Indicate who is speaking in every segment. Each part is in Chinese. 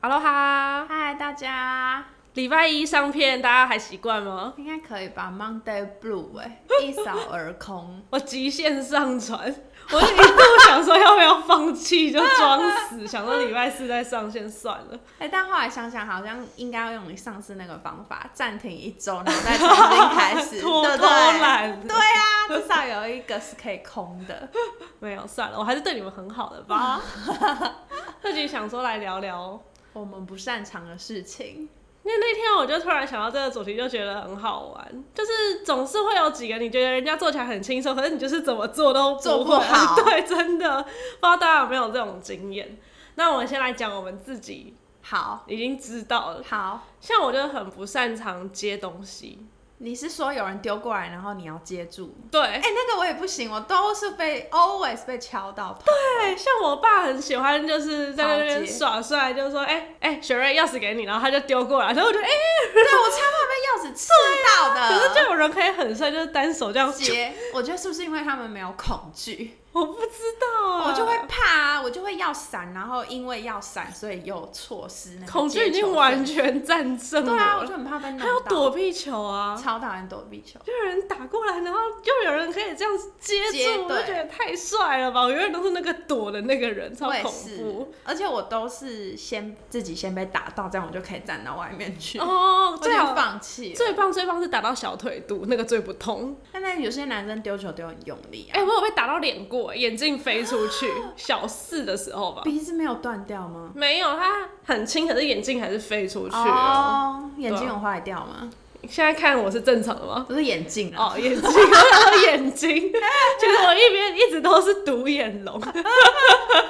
Speaker 1: 哈喽哈，
Speaker 2: 嗨，大家
Speaker 1: 礼拜一上片，大家还习惯吗？
Speaker 2: 应该可以吧？Monday Blue 哎、一扫而空。
Speaker 1: 我极限上传，我一度想说要不要放弃，就装 死，想说礼拜四再上线算了。
Speaker 2: 哎、但后来想想，好像应该要用你上次那个方法，暂停一周，然后再重新开 始，
Speaker 1: 拖
Speaker 2: 对不
Speaker 1: 拖
Speaker 2: 对？
Speaker 1: 懒，
Speaker 2: 对啊，至少有一个是可以空的。啊
Speaker 1: 没有算了，我还是对你们很好的吧。自己想说来聊聊，
Speaker 2: 我们不擅长的事情，
Speaker 1: 因为那天我就突然想到这个主题，就觉得很好玩。就是总是会有几个你觉得人家做起来很轻松，可是你就是怎么做都
Speaker 2: 做
Speaker 1: 不
Speaker 2: 不
Speaker 1: 会
Speaker 2: 好
Speaker 1: 对，真的不知道大家有没有这种经验。那我们先来讲我们自己
Speaker 2: 好
Speaker 1: 已经知道了，
Speaker 2: 好，
Speaker 1: 像我就很不擅长接东西，
Speaker 2: 你是说有人丢过来，然后你要接住？
Speaker 1: 对
Speaker 2: 哎、那个我也不行，我都是被 always 被敲到。
Speaker 1: 对，哎像我爸很喜欢，就是在那
Speaker 2: 超
Speaker 1: 边
Speaker 2: 级
Speaker 1: 耍帅，就说：“哎、哎、雪瑞钥匙给你。”然后他就丢过来，然后我就哎、
Speaker 2: 对，我超怕被钥匙刺到的。
Speaker 1: 啊可是就有人可以很帅，就是单手这样。
Speaker 2: 呃接，我觉得是不是因为他们没有恐惧，
Speaker 1: 我不知道啊，
Speaker 2: 我就会怕啊，我就会要闪，然后因为要闪，所以又错失那个
Speaker 1: 恐惧已
Speaker 2: 接球
Speaker 1: 经
Speaker 2: 点
Speaker 1: 完全战胜
Speaker 2: 对啊，我
Speaker 1: 了。
Speaker 2: 就很怕被弄
Speaker 1: 还有
Speaker 2: 到
Speaker 1: 躲避球啊，
Speaker 2: 超讨厌躲避球，
Speaker 1: 就有人打过来，然后又有人可以这样接住，
Speaker 2: 接
Speaker 1: 我就
Speaker 2: 对
Speaker 1: 觉得太帅了吧！我永远都是那个躲的那个人，超
Speaker 2: 我也
Speaker 1: 恐
Speaker 2: 是
Speaker 1: 怖。，
Speaker 2: 而且我都是先自己先被打到，这样我就可以站到外面去，
Speaker 1: 哦，
Speaker 2: 我
Speaker 1: 最
Speaker 2: 就
Speaker 1: 好
Speaker 2: 放弃了。
Speaker 1: 最棒最棒是打到小腿肚，那个最不痛。
Speaker 2: 但那有些男生丢球丢很用力啊
Speaker 1: 哎、，我有被打到脸过，眼镜飞出去，小四的时候吧。
Speaker 2: 鼻子没有断掉吗？
Speaker 1: 没有，它很轻，可是眼镜还是飞出去了。
Speaker 2: 哦，眼睛有坏掉吗？
Speaker 1: 现在看我是正常的吗？
Speaker 2: 不是眼镜啊，
Speaker 1: 哦，眼睛，我有眼睛。 其实我一边一直都是独眼龙，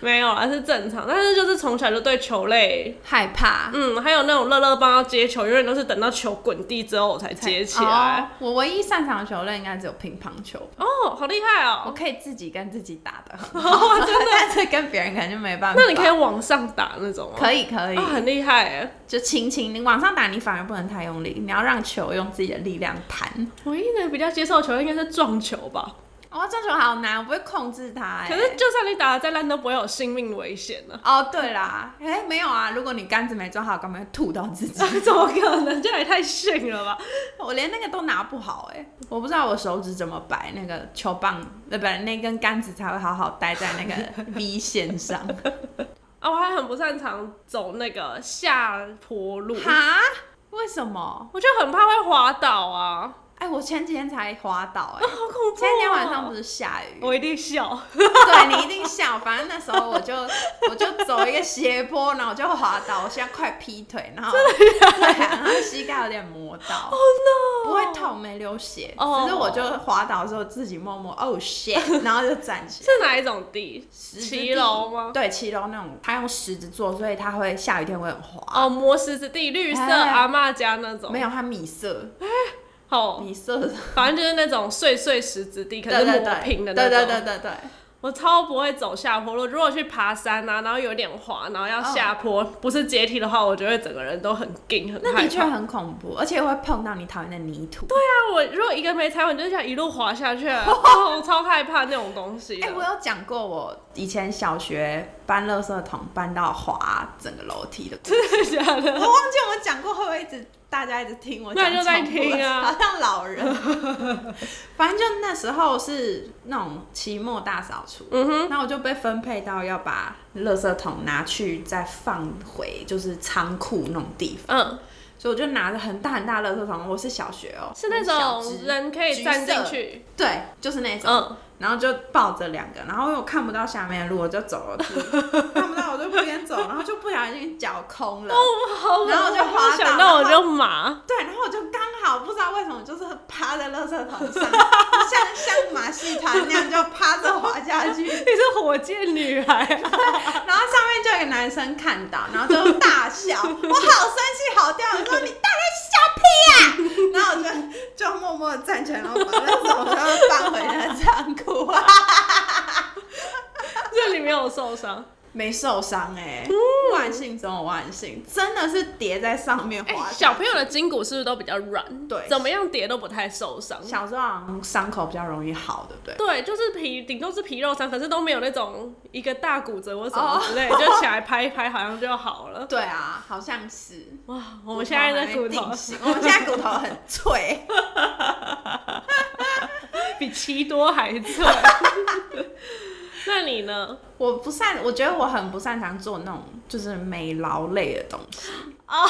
Speaker 1: 没有啦，是正常。但是就是从小就对球类，
Speaker 2: 害怕，
Speaker 1: 嗯，还有那种乐乐帮要接球，永远都是等到球滚地之后我才接起来。
Speaker 2: 哦我唯一擅长的球类应该只有乒乓球吧
Speaker 1: 哦好厉害
Speaker 2: 我
Speaker 1: 哦！
Speaker 2: 可以自己跟自己打的，但是跟别人可能就没办法。
Speaker 1: 那你可以往上打那种吗？
Speaker 2: 可以可以，
Speaker 1: 啊，很厉害哎！
Speaker 2: 就轻轻，你往上打你反而不能太用力，你要让球用自己的力量弹。
Speaker 1: 唯一能比较接受的球应该是撞球吧，
Speaker 2: 哦，撞球好难，我不会控制它、欸。
Speaker 1: 可是就算你打的再烂，都不会有性命危险啊呢、
Speaker 2: 哦，对啦，哎、没有啊，如果你杆子没抓好，干嘛会吐到自己？
Speaker 1: 怎么可能？这样也太逊了吧！
Speaker 2: 我连那个都拿不好哎、我不知道我手指怎么摆那个球棒，呃，不，那根杆子才会好好待在那个 V 线上。
Speaker 1: 啊，我还很不擅长走那个下坡路，
Speaker 2: 哈？为什么？
Speaker 1: 我就很怕会滑倒啊，
Speaker 2: 哎、我前几天才滑倒哎、
Speaker 1: 好恐怖、哦！
Speaker 2: 前几天晚上不是下雨，
Speaker 1: 我一定笑，
Speaker 2: 对你一定笑，反正那时候我就我就走一个斜坡，然后我就滑倒，我现在快劈腿，然后对啊，然后膝盖有点磨到不会痛，没流血
Speaker 1: 哦
Speaker 2: 只是我就滑倒的时候自己默默哦 shit，然后就站起来。
Speaker 1: 是哪一种地？
Speaker 2: 石子
Speaker 1: 骑
Speaker 2: 地
Speaker 1: 楼吗？
Speaker 2: 对，骑楼那种，它用石子做，所以它会下雨天会很滑。
Speaker 1: 哦，磨石子地，绿色
Speaker 2: 哎
Speaker 1: 阿嬷家那种，
Speaker 2: 没有，它米色，
Speaker 1: 好，
Speaker 2: 米色的，
Speaker 1: 反正就是那种碎碎石子哦地，可
Speaker 2: 对
Speaker 1: 是
Speaker 2: 对
Speaker 1: 磨
Speaker 2: 对，
Speaker 1: 平的
Speaker 2: 对
Speaker 1: 那种。
Speaker 2: 对对对对。
Speaker 1: 我超不会走下坡路，如果去爬山啊，然后有点滑，然后要下坡不是阶梯的话，我就会整个人都很硬，很
Speaker 2: 那
Speaker 1: 害
Speaker 2: 的确
Speaker 1: 怕。
Speaker 2: 很恐怖，而且会碰到你讨厌的泥土。对
Speaker 1: 那我如果一个没踩稳，就想一路滑下去， 哦，我超害怕那种东西的。
Speaker 2: 哎、我有讲过我以前小学搬垃圾桶搬到滑整个楼梯的 故事，
Speaker 1: 真的假的？
Speaker 2: 我忘记我讲过，会不会一直大家一直听我讲
Speaker 1: 那
Speaker 2: 重
Speaker 1: 你
Speaker 2: 复
Speaker 1: 就
Speaker 2: 的？
Speaker 1: 在听啊
Speaker 2: 好像老人。反正就那时候是那种期末大扫除，
Speaker 1: 嗯哼，
Speaker 2: 那我就被分配到要把垃圾桶拿去再放回就是仓库那种地方，
Speaker 1: 嗯，
Speaker 2: 所以我就拿着很大很大的垃圾桶，我是小学哦、
Speaker 1: 是那
Speaker 2: 小
Speaker 1: 种
Speaker 2: 只
Speaker 1: 人可以站进去，
Speaker 2: 对，就是那种。
Speaker 1: 嗯，
Speaker 2: 然后就抱着两个，然后因为我看不到下面的路，我就走楼梯，看不到我就边走，然后就不小心脚空了，
Speaker 1: 好
Speaker 2: 然后就滑倒
Speaker 1: 想哦到我就麻，
Speaker 2: 对，然后我就刚好不知道为什么就是趴在垃圾桶上，像像马戏团那样就趴着滑下 去，
Speaker 1: 你是火箭女 孩，
Speaker 2: 然后上面就有一个男生看到，然后就大笑，我好生气，好掉，我说你大人笑屁啊呀、然后我就就默默地站起来，然后把垃圾桶就放回了仓库啊。
Speaker 1: 这里没有受伤，
Speaker 2: 没受伤哎、
Speaker 1: 嗯
Speaker 2: 万幸中的万幸，真的是叠在上面
Speaker 1: 哎、
Speaker 2: 滑下去、
Speaker 1: 小朋友的筋骨是不是都比较软？
Speaker 2: 对
Speaker 1: 怎么样跌都不太受伤。
Speaker 2: 小时候好像伤口比较容易好，对不对？
Speaker 1: 对，就是皮，顶多是皮肉伤，可是都没有那种一个大骨折或什么
Speaker 2: 哦
Speaker 1: 之类的就起来拍一拍，好像就好了。
Speaker 2: 对啊，好像是。
Speaker 1: 哇，我们现在的骨头
Speaker 2: 还没定型我们现在骨头很脆，
Speaker 1: 比奇多还脆。那你呢？
Speaker 2: 我不擅，我觉得我很不擅长做那种就是美劳类的东西。
Speaker 1: 哦，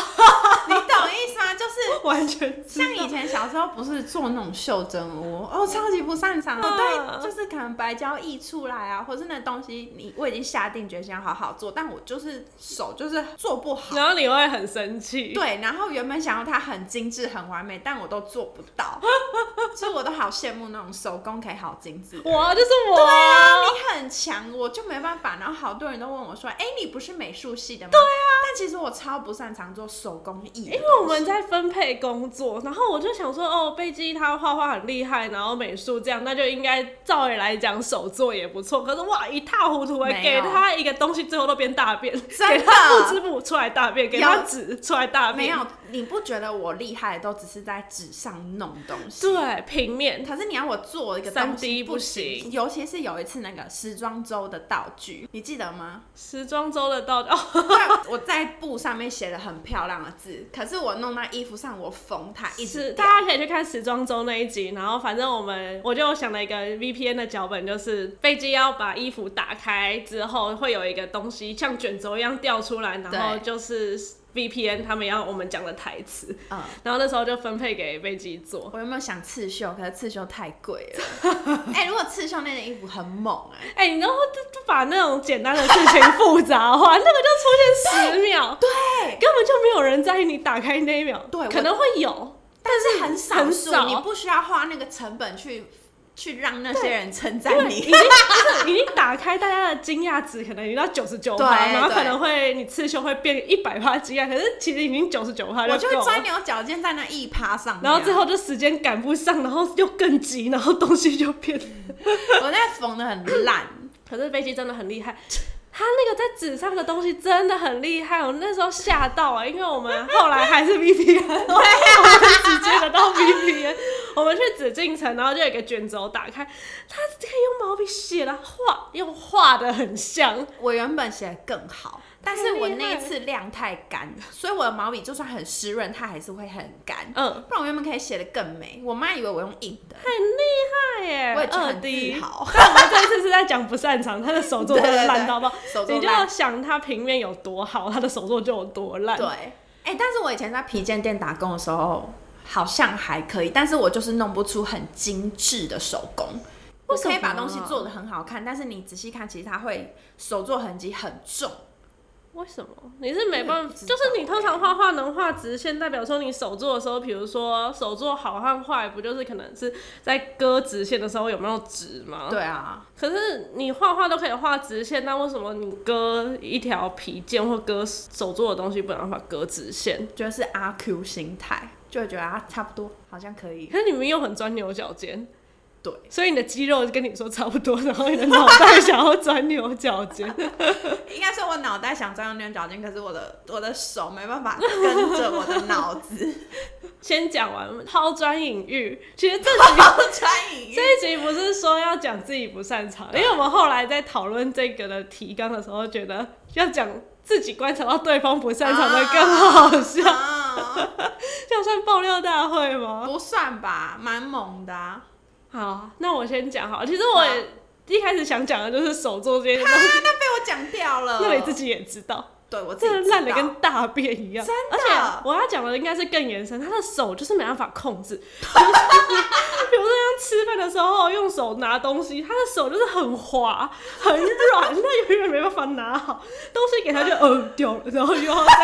Speaker 2: 你懂意思吗？就是
Speaker 1: 完全知
Speaker 2: 像以前小时候不是做那种袖珍屋，哦，超级不擅长的。
Speaker 1: 嗯
Speaker 2: 对，就是可能白胶溢出来啊，或是那东西你我已经下定决心要好好做，但我就是手就是做不好。
Speaker 1: 然后你会很生气。
Speaker 2: 对，然后原本想要它很精致、很完美，但我都做不 到，所以我都好羡慕那种手工可以好精致的人。
Speaker 1: 我就是我。啊
Speaker 2: 你很强，我就没办法。然后好多人都问我说：“哎、你不是美术系的吗？”对啊，但其实我超不擅长做手工艺的东西，
Speaker 1: 因为我们在分配工作，然后我就想说，哦，贝基他画画很厉害，然后美术这样，那就应该照理来讲手作也不错。可是哇，一塌糊涂哎，
Speaker 2: 没
Speaker 1: 给
Speaker 2: 有
Speaker 1: 他一个东西，最后都变大便，
Speaker 2: 真的
Speaker 1: 给他布织布出来大便，给他
Speaker 2: 有
Speaker 1: 纸出来大
Speaker 2: 没
Speaker 1: 便，
Speaker 2: 有，你不觉得我厉害的都只是在纸上弄东西？。
Speaker 1: 对平面，
Speaker 2: 可是你要我做一个东
Speaker 1: 3D
Speaker 2: 西
Speaker 1: 不
Speaker 2: 行，
Speaker 1: 行
Speaker 2: 尤其是有一次那个时装周的道具，你记得吗？
Speaker 1: 时装周的道具哦，
Speaker 2: 对我在布上面写了很漂亮的字，可是我弄到衣服上，我缝它一
Speaker 1: 是
Speaker 2: 直
Speaker 1: 大家可以去看时装周那一集，然后反正我们我就想了一个 VPN 的脚本，就是飞机要把衣服打开之后，会有一个东西像卷轴一样掉出来，然后
Speaker 2: 对
Speaker 1: 就是 VPN 他们要我们讲的台词，
Speaker 2: 嗯，
Speaker 1: 然后那时候就分配给飞机做。
Speaker 2: 我有没有想刺绣？可是刺绣太贵了。哎、如果刺绣那件衣服很猛哎、
Speaker 1: 哎、你然后就就把那种简单的事情复杂化，那个就出现十秒，
Speaker 2: 对，
Speaker 1: 根本就没有人在意你打开那一秒，
Speaker 2: 对我
Speaker 1: 可能会有，
Speaker 2: 但是很少
Speaker 1: 很
Speaker 2: 数，
Speaker 1: 少
Speaker 2: 你不需要花那个成本去去让那些人称
Speaker 1: 因
Speaker 2: 赞
Speaker 1: 为已经
Speaker 2: 你。
Speaker 1: 就是已经打开大家的惊讶值，可能已经到九十九
Speaker 2: 对
Speaker 1: 趴，然后
Speaker 2: 对
Speaker 1: 可能会你刺绣会变一百趴惊讶，可是其实已经九十九趴
Speaker 2: 我
Speaker 1: 就
Speaker 2: 就
Speaker 1: 够
Speaker 2: 会钻
Speaker 1: 了。
Speaker 2: 牛角尖在那一趴上面。啊
Speaker 1: 然后最后就时间赶不上，然后又更急，然后东西就变。
Speaker 2: 我那缝的很烂，
Speaker 1: 可是飞机真的很厉害，他那个在纸上的东西真的很厉害，我那时候吓到啊、因为我们后来还是 VPN，我们直接的到 VPN，我们去紫禁城，然后就有一个卷轴打开，他可以用毛笔写了画，又画的很像。
Speaker 2: 我原本写的更好，但是我
Speaker 1: 太厉害
Speaker 2: 那一次量太干，所以我的毛笔就算很湿润，它还是会很干。
Speaker 1: 嗯，
Speaker 2: 不然我原本可以写的更美。我妈以为我用硬的，
Speaker 1: 很厉害耶，
Speaker 2: 我也觉得
Speaker 1: 二
Speaker 2: 很
Speaker 1: D
Speaker 2: 自。豪。
Speaker 1: 但我们这一次是在讲不擅长，他的手作真的烂到爆。
Speaker 2: 手
Speaker 1: 你
Speaker 2: 作
Speaker 1: 就
Speaker 2: 烂
Speaker 1: 要想他平面有多好，他的手作就有多烂。
Speaker 2: 对，哎、但是我以前在皮件店打工的时候，好像还可以，但是我就是弄不出很精致的手工。我
Speaker 1: 为什
Speaker 2: 可
Speaker 1: 么啊
Speaker 2: 以把东西做的很好看，但是你仔细看，其实它会手作痕迹很重。
Speaker 1: 为什么？你是没办
Speaker 2: 我也
Speaker 1: 法，
Speaker 2: 不知道
Speaker 1: 就是你通常画画能画直线，代表说你手作的时候，比如说手作好和坏，不就是可能是在割直线的时候有没有直吗？。
Speaker 2: 对啊，
Speaker 1: 可是你画画都可以画直线，那为什么你割一条皮件或割手作的东西不能法割直线？
Speaker 2: 觉得是阿 Q 心态，就会觉得啊，差不多，好像 可以。
Speaker 1: 可是你们又很钻牛角尖。
Speaker 2: 对，
Speaker 1: 所以你的肌肉跟你说差不多，然后你的脑袋想要钻牛角 尖，
Speaker 2: 应该说我脑袋想钻牛角尖，可是我的我的手没办法跟着我的脑子
Speaker 1: 先讲完抛砖引玉。其实这集
Speaker 2: 穿影。
Speaker 1: 这一集不是说要讲自己不擅长，因为我们后来在讨论这个的提纲的时候，觉得要讲自己观察到对方不擅长的更好 笑，
Speaker 2: 啊，
Speaker 1: 这样算爆料大会吗？
Speaker 2: 不算吧，蛮猛的、啊。
Speaker 1: 好，那我先讲好。其实我也一开始想讲的就是手作这些东西，
Speaker 2: 啊，那被我讲掉了。
Speaker 1: 那你自己也知道。
Speaker 2: 对我自己
Speaker 1: 真的
Speaker 2: 知道
Speaker 1: 烂的跟大便一样，
Speaker 2: 真的
Speaker 1: 而且我要讲的应该是更延伸，他的手就是没办法控 制，比如说像吃饭的时候用手拿东西，他的手就是很滑很软，那永远没办法拿好，东西给他 就呃掉了，然后又要再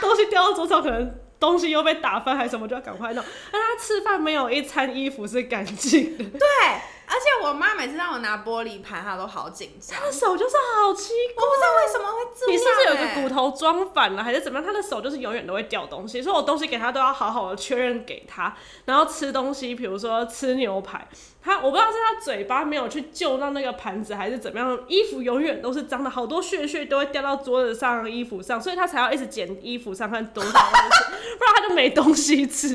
Speaker 1: 东西掉到桌上，可能东西又被打翻还是什么，就要赶快弄。但他吃饭没有一餐衣服是干净 的，
Speaker 2: 对，而且我妈每次让我拿玻璃盘，她都好紧 张。
Speaker 1: 他的手就是好奇怪
Speaker 2: 我不知道为什么会这样、欸。
Speaker 1: 你是不是有个
Speaker 2: 对
Speaker 1: 骨头装反了还是怎么样，他的手就是永远都会掉东西，所以我东西给他都要好好的确认给他。然后吃东西，比如说吃牛排，他我不知道是他嘴巴没有去救到那个盘子还是怎么样，衣服永远都是脏的，好多屑屑都会掉到桌子上、衣服上，所以他才要一直捡衣服上和东西，不然他就没东西吃。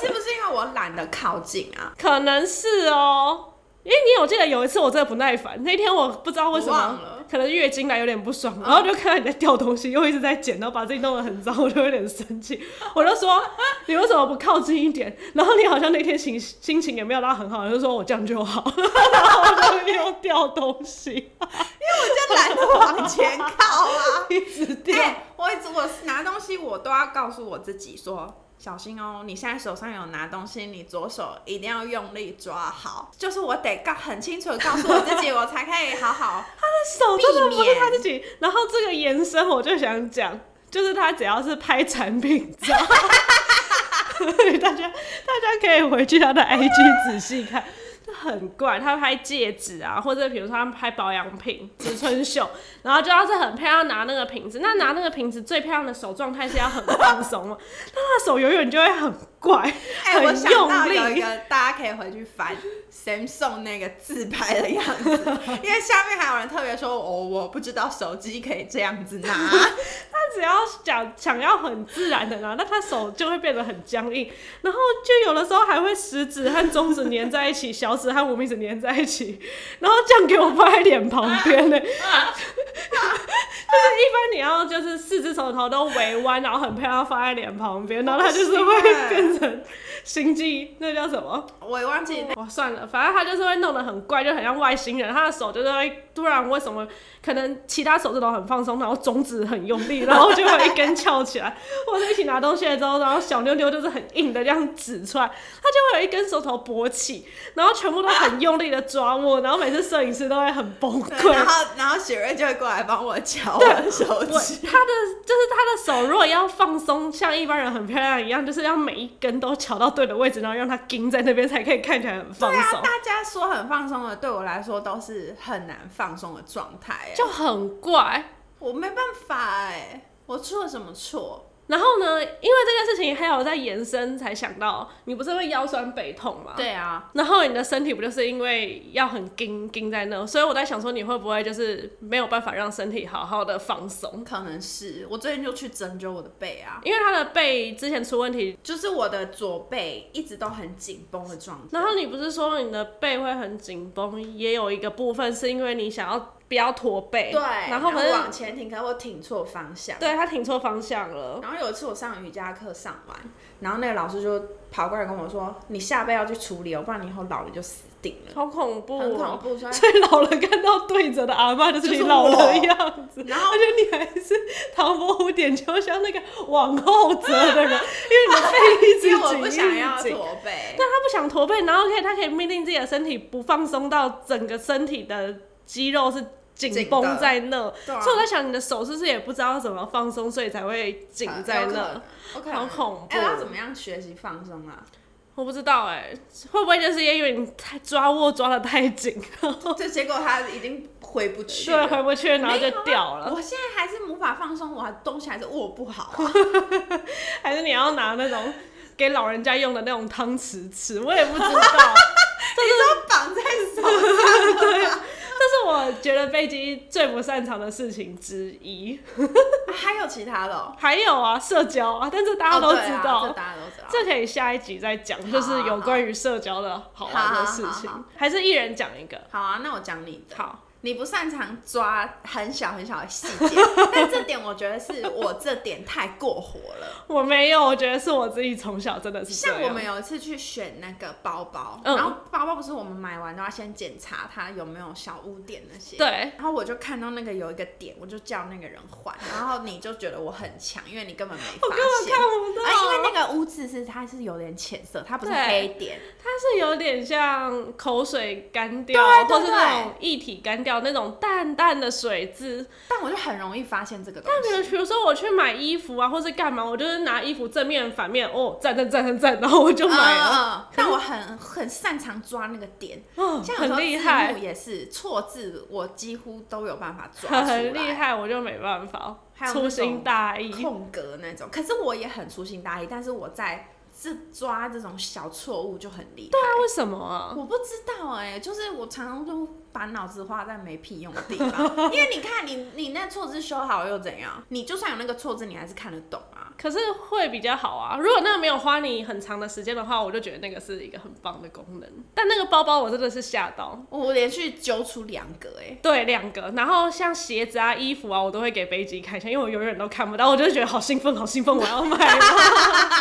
Speaker 2: 是不是因为我懒得靠近啊？
Speaker 1: 可能是哦，因为你有记得有一次我真的不耐烦，那天我不知道为什
Speaker 2: 我忘
Speaker 1: 么
Speaker 2: 了，
Speaker 1: 可能月经来有点不爽，然后就看到你在掉东西，又一直在捡，然后把自己弄得很脏，我就有点生气，我就说你为什么不靠近一点？然后你好像那天心心情也没有到很好，你就说我这样就好， 然后我就没有掉东西，
Speaker 2: 我就懒得往前靠啊。
Speaker 1: 一直掉。
Speaker 2: 哎、我一直我拿东西，我都要告诉我自己说。小心哦！你现在手上有拿东西，你左手一定要用力抓好。就是我得告很清楚的告诉我自己，我才可以好好。
Speaker 1: 手真的不是他自己。然后这个延伸，我就想讲，就是他只要是拍产品 照，所以大家大家可以回去 他的 IG 仔细看。就很怪，他拍戒指啊，或者比如说他拍保养品、植村秀，然后就要是很漂亮拿那个瓶子，那拿那个瓶子最漂亮的手状态是要很放 松嘛，但他的手永远就会很怪，
Speaker 2: 哎、
Speaker 1: 很
Speaker 2: 我想到
Speaker 1: 用力
Speaker 2: 有一个大家可以回去翻 Samsung 那个自拍的样子，因为下面还有人特别说哦，我不知道手机可以这样子 拿。
Speaker 1: 他只要想想要很自然的拿，那他手就会变得很僵硬，然后就有的时候还会食指和中指粘在一起，小指和无名指粘在一起，然后这样给我放在脸旁边呢。就是一般你要就是四只手头都围弯，然后很漂亮放在脸旁边，然后它就是会变成心机，那叫什么？
Speaker 2: 我也忘记 那
Speaker 1: 我算了，反正他就是会弄得很怪，就很像外星人。他的手就是会突然为什么，可能其他手指头很放松，然后中指很用力，然后就会一根翘起来。或者一起拿东西的时候，然后小妞妞就是很硬的这样指出来，他就会有一根手头勃起，然后全部都很用力的抓握，然后每次摄影师都会很崩
Speaker 2: 对，然
Speaker 1: 溃。
Speaker 2: 后然后雪瑞就会过来帮我瞧我的手
Speaker 1: 我
Speaker 2: 机。
Speaker 1: 他的就是他的手，如果要放松，像一般人很漂亮一样，就是要每一根都瞧到对的位置，然后让它钉在那边，才可以看起来很放
Speaker 2: 对啊
Speaker 1: 松。
Speaker 2: 大家说很放松的，对我来说都是很难放松的状态。
Speaker 1: 就很怪，
Speaker 2: 我没办法哎，我出了什么错？
Speaker 1: 然后呢，因为这件事情还有在延伸，才想到你不是会腰酸背痛吗？。
Speaker 2: 对啊，
Speaker 1: 然后你的身体不就是因为要很盯盯在那，所以我在想说你会不会就是没有办法让身体好好的放松，
Speaker 2: 可能是我最近就去针灸我的背啊，
Speaker 1: 因为他的背之前出问题，
Speaker 2: 就是我的左背一直都很紧绷的状态。
Speaker 1: 然后你不是说你的背会很紧绷，也有一个部分是因为你想要不要驼背，
Speaker 2: 对，
Speaker 1: 然
Speaker 2: 然
Speaker 1: 后可是
Speaker 2: 往前挺，可是我挺错方向。
Speaker 1: 对他挺错方向了，
Speaker 2: 然后有一次我上瑜伽课上完，然后那个老师就跑过来跟我说：“你下背要去处理哦，不然你以后老了就死定了。”
Speaker 1: 好恐怖、
Speaker 2: 很恐
Speaker 1: 哦。
Speaker 2: 怖， 所以
Speaker 1: 所以老了看到对着的阿妈就是你
Speaker 2: 就是
Speaker 1: 老
Speaker 2: 我
Speaker 1: 了样子，
Speaker 2: 然后
Speaker 1: 而且你还是唐伯虎点秋香那个往后折的 人，因为你的背一直
Speaker 2: 因为
Speaker 1: 紧，
Speaker 2: 我不想要
Speaker 1: 一直紧
Speaker 2: 驼背，
Speaker 1: 但他不想驼背，然后可以，他可以命令自己的身体不放松到整个身体的肌肉是紧绷在那。
Speaker 2: 对啊
Speaker 1: 所以我在想，你的手是不是也不知道怎么放松，所以才会紧在那？
Speaker 2: OK，
Speaker 1: 好恐怖
Speaker 2: 哎，要怎么样学习放松 啊？
Speaker 1: 我不知道哎、会不会就是因为你太抓握抓的太紧，然后
Speaker 2: 就结果他已经回不去
Speaker 1: 对
Speaker 2: 了。啊
Speaker 1: 回不去，然后就掉了。
Speaker 2: 我现在还是无法放松，我东西还是握不好 啊。
Speaker 1: 还是你要拿那种给老人家用的那种汤匙吃？我也不知道。
Speaker 2: 你都绑在手上，
Speaker 1: 这是我觉得飞机最不擅长的事情之一。
Speaker 2: 啊 还有其他的哦，
Speaker 1: 还有啊，社交啊，但是大家都
Speaker 2: 哦
Speaker 1: 知
Speaker 2: 对啊
Speaker 1: 道，
Speaker 2: 这大家都知道。
Speaker 1: 这可以下一集再讲，就是有关于社交的好玩的事情。
Speaker 2: 好好好
Speaker 1: 还是一人讲一个。
Speaker 2: 好啊，那我讲你的。
Speaker 1: 好，
Speaker 2: 你不擅长抓很小很小的细 节，但这点我觉得是我这点太过火 了。
Speaker 1: 我没有，我觉得是我自己从小真的是这
Speaker 2: 像我
Speaker 1: 样。
Speaker 2: 们有一次去选那个包包，
Speaker 1: 嗯
Speaker 2: 然后包包不是我们买完都要先检查它有没有小污点那些。
Speaker 1: 对，
Speaker 2: 然后我就看到那个有一个点，我就叫那个人 换，然后你就觉得我很强，因为你根本没
Speaker 1: 我
Speaker 2: 发
Speaker 1: 根本
Speaker 2: 现。
Speaker 1: 看不到，
Speaker 2: 啊，因为那个污渍是它是有点浅色，它不是
Speaker 1: 对
Speaker 2: 黑点，
Speaker 1: 它是有点像口水干掉，
Speaker 2: 对对
Speaker 1: 或是那种液体干掉那种淡淡的水渍。
Speaker 2: 但我就很容易发现这个东东
Speaker 1: 但可能
Speaker 2: 西。
Speaker 1: 比如说我去买衣服啊，或是干嘛，我就是拿衣服正面、反面，哦，赞赞赞赞赞，然后我就买了，
Speaker 2: 嗯嗯嗯但我很很擅长抓那个点，
Speaker 1: 嗯，
Speaker 2: 像有时
Speaker 1: 很
Speaker 2: 候
Speaker 1: 厉
Speaker 2: 字
Speaker 1: 害
Speaker 2: 幕，也是错字，我几乎都有办法抓出来，
Speaker 1: 很厉害，我就没办法
Speaker 2: 还，有那
Speaker 1: 粗
Speaker 2: 种
Speaker 1: 心大意，
Speaker 2: 空格那种。可是我也很粗心大意，但是我在这抓这种小错误就很厉害。
Speaker 1: 那为什么啊？
Speaker 2: 我不知道哎、就是我常常就把脑子花在没屁用的地方， 因为你看你你那错字修好又怎样？你就算有那个错字，你还是看得懂啊。
Speaker 1: 可是会比较好啊。如果那个没有花你很长的时间的话，我就觉得那个是一个很棒的功能。但那个包包我真的是吓到，
Speaker 2: 我连续揪出两个哎、
Speaker 1: 对，两个。然后像鞋子啊、衣服啊，我都会给贝基看一下，因为我永远都看不到，我就觉得好兴奋，好兴奋，我要买了。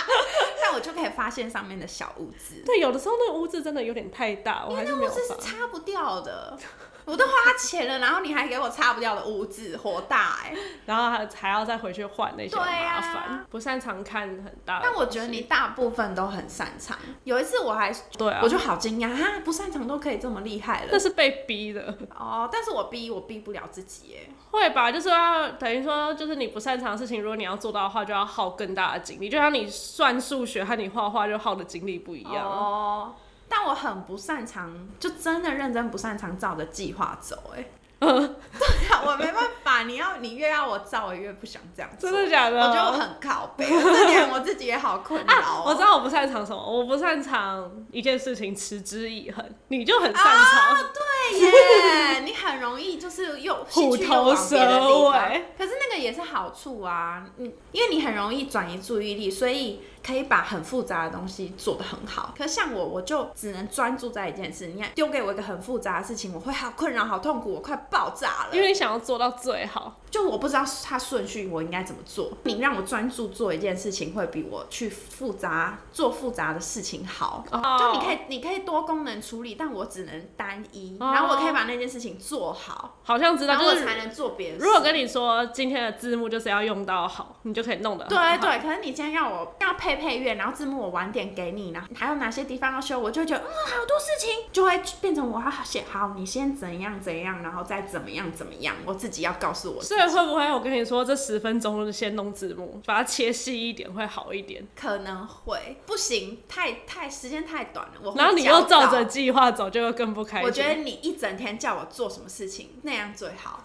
Speaker 2: 但我就可以发现上面的小污渍，
Speaker 1: 对，有的时候那个污渍真的有点太大，我还是没
Speaker 2: 污
Speaker 1: 有
Speaker 2: 渍是
Speaker 1: 发。
Speaker 2: 擦不掉的。 我都花钱了，然后你还给我擦不掉的污渍，火大 哎、
Speaker 1: 然后还还要再回去换那些，
Speaker 2: 对
Speaker 1: 很麻
Speaker 2: 啊
Speaker 1: 烦。不擅长看很大的东西。
Speaker 2: 但我觉得你大部分都很擅长。有一次我还，
Speaker 1: 对啊
Speaker 2: 我，就好惊讶啊，不擅长都可以这么厉害
Speaker 1: 那
Speaker 2: 了
Speaker 1: 是被逼的。
Speaker 2: 哦。但是我逼我逼不了自己欸耶。
Speaker 1: 会吧，就是要等于说，就是你不擅长的事情，如果你要做到的话，就要耗更大的精力。就像你算数学和你画画就耗的精力不一样。
Speaker 2: 哦，但我很不擅长，就真的认真不擅长照着计划走、 哎，对啊，我没办法，你要你越要我照，我越不想这样做，
Speaker 1: 真的啊假的？
Speaker 2: 我就很靠背，这点我自己也好困扰、
Speaker 1: 啊我知
Speaker 2: 哦。
Speaker 1: 道我不擅长什么，我不擅长一件事情持之以恒，你就很擅
Speaker 2: 啊、
Speaker 1: 长。
Speaker 2: 对耶，你很容易就是又兴趣又往别的地
Speaker 1: 虎头蛇
Speaker 2: 方
Speaker 1: 尾，
Speaker 2: 可是那个也是好处啊，嗯，因为你很容易转移注意力，所以可以把很复杂的东西做得很好。可是像我，我就只能专注在一件事。你看，丢给我一个很复杂的事情，我会好困扰、好痛苦，我快爆炸了。
Speaker 1: 因为你想要做到最好，
Speaker 2: 就我不知道它顺序我应该怎么做。你让我专注做一件事情，会比我去复杂做复杂的事情好。
Speaker 1: 哦
Speaker 2: 就你可以，你可以多功能处理，但我只能单一，
Speaker 1: 哦
Speaker 2: 然后我可以把那件事情做好，
Speaker 1: 好像知道
Speaker 2: 然后我
Speaker 1: 就是
Speaker 2: 才能做别的事。
Speaker 1: 如果跟你说今天的字幕就是要用到好，你就可以弄得很
Speaker 2: 对
Speaker 1: 好
Speaker 2: 对，可是你今天让我要配配乐，然后字幕我晚点给你，然后还有哪些地方要修，我就会觉得嗯，好多事情就会变成我要写好，你先怎样怎样，然后再怎么样怎么样，我自己要告诉我
Speaker 1: 所以会不会我跟你说这十分钟先弄字幕，把它切细一点会好一点？
Speaker 2: 可能会不行，太太时间太短了，我会
Speaker 1: 然后你又
Speaker 2: 焦
Speaker 1: 照
Speaker 2: 躁
Speaker 1: 着计划走，就会更不开心。
Speaker 2: 我觉得你一整天叫我做什么事情那样最 好，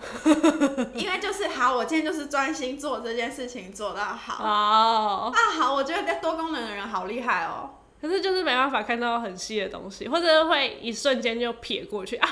Speaker 2: 因为就是好，我今天就是专心做这件事情做到好
Speaker 1: 哦，
Speaker 2: 啊，好，我觉得多功能的人好厉害哦。
Speaker 1: 可是就是没办法看到很细的东西，或者会一瞬间就撇过去啊！